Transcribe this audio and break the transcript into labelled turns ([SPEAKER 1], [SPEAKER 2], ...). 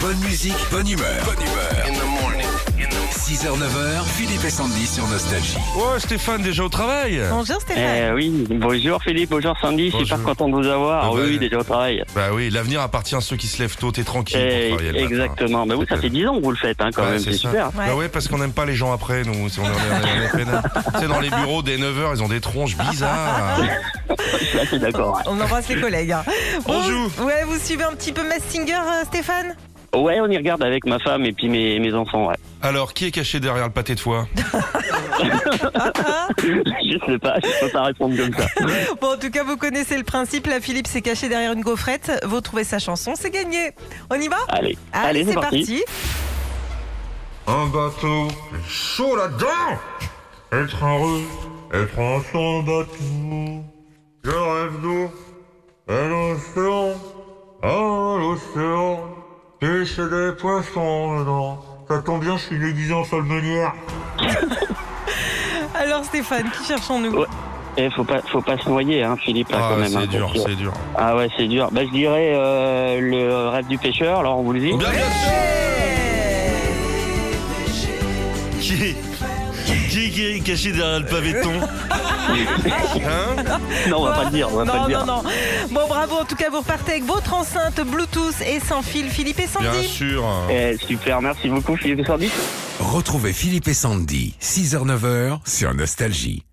[SPEAKER 1] Bonne musique, bonne humeur. Bonne humeur. 6h, 9h, Philippe et Sandy sur Nostalgie.
[SPEAKER 2] Ouais, Stéphane, déjà au travail
[SPEAKER 3] Bonjour Stéphane.
[SPEAKER 4] Eh oui, bonjour Philippe, bonjour Sandy,
[SPEAKER 2] Bonjour.
[SPEAKER 4] super content de vous avoir.
[SPEAKER 2] Ah
[SPEAKER 4] oui,
[SPEAKER 2] bah,
[SPEAKER 4] oui, déjà au travail.
[SPEAKER 2] Bah oui, l'avenir appartient à ceux qui se lèvent tôt, t'es tranquille
[SPEAKER 4] Eh,
[SPEAKER 2] pour travailler le matin.
[SPEAKER 4] exactement, mais vous, ça
[SPEAKER 2] C'est
[SPEAKER 4] fait 10 ans que vous le faites hein, quand
[SPEAKER 2] Ouais,
[SPEAKER 4] même,
[SPEAKER 2] c'est
[SPEAKER 4] c'est
[SPEAKER 2] ça.
[SPEAKER 4] super.
[SPEAKER 2] Bah ouais, parce qu'on n'aime pas les gens après, nous. si on est- on est peinards. Tu sais, dans les bureaux, dès 9h, ils ont des tronches bizarres.
[SPEAKER 4] Je suis assez Ah, d'accord.
[SPEAKER 3] On embrasse les collègues. hein.
[SPEAKER 2] On
[SPEAKER 3] Bon,
[SPEAKER 2] joue.
[SPEAKER 3] vous- Ouais, vous suivez un petit peu Mass Singer, euh, Stéphane
[SPEAKER 4] Ouais, on y regarde avec ma femme et puis mes, mes enfants, ouais.
[SPEAKER 2] Alors, qui est caché derrière le pâté de foie
[SPEAKER 4] je sais pas, je peux pas répondre comme ça.
[SPEAKER 3] Bon, en tout cas, vous connaissez le principe. La Philippe s'est caché derrière une gaufrette. Vous trouvez sa chanson, c'est gagné. On y va
[SPEAKER 4] Allez,
[SPEAKER 3] Allez, c'est parti.
[SPEAKER 5] Un bateau, c'est chaud là-dedans Être un russe, être un son bateau. Je rêve d'eau, à l'océan, à l'océan. Pêche des poissons dedans. Ça tombe bien, je suis déguisé en salmonière.
[SPEAKER 3] Alors Stéphane, qui cherchons-nous
[SPEAKER 4] Ouais. Eh, faut pas, faut pas se noyer, hein, Philippe, là,
[SPEAKER 2] Ah,
[SPEAKER 4] quand même. hein,
[SPEAKER 2] c'est dur,
[SPEAKER 4] parce que-
[SPEAKER 2] c'est dur.
[SPEAKER 4] Ah ouais, c'est dur. Bah, je dirais euh, le rêve du pêcheur, alors on vous le dit.
[SPEAKER 2] Bien, bien sûr Qui qui est, qui est caché derrière le pavé de thon Hein
[SPEAKER 4] Non, on va pas le dire, on va
[SPEAKER 3] non,
[SPEAKER 4] pas le dire.
[SPEAKER 3] non, non. Bon, bravo. En tout cas, vous repartez avec votre enceinte Bluetooth et sans fil. Philippe et
[SPEAKER 2] Bien
[SPEAKER 3] Sandy.
[SPEAKER 2] sûr.
[SPEAKER 4] Eh, super, merci beaucoup, Philippe et Sandy.
[SPEAKER 1] Retrouvez Philippe et Sandy, 6h, 9h sur Nostalgie.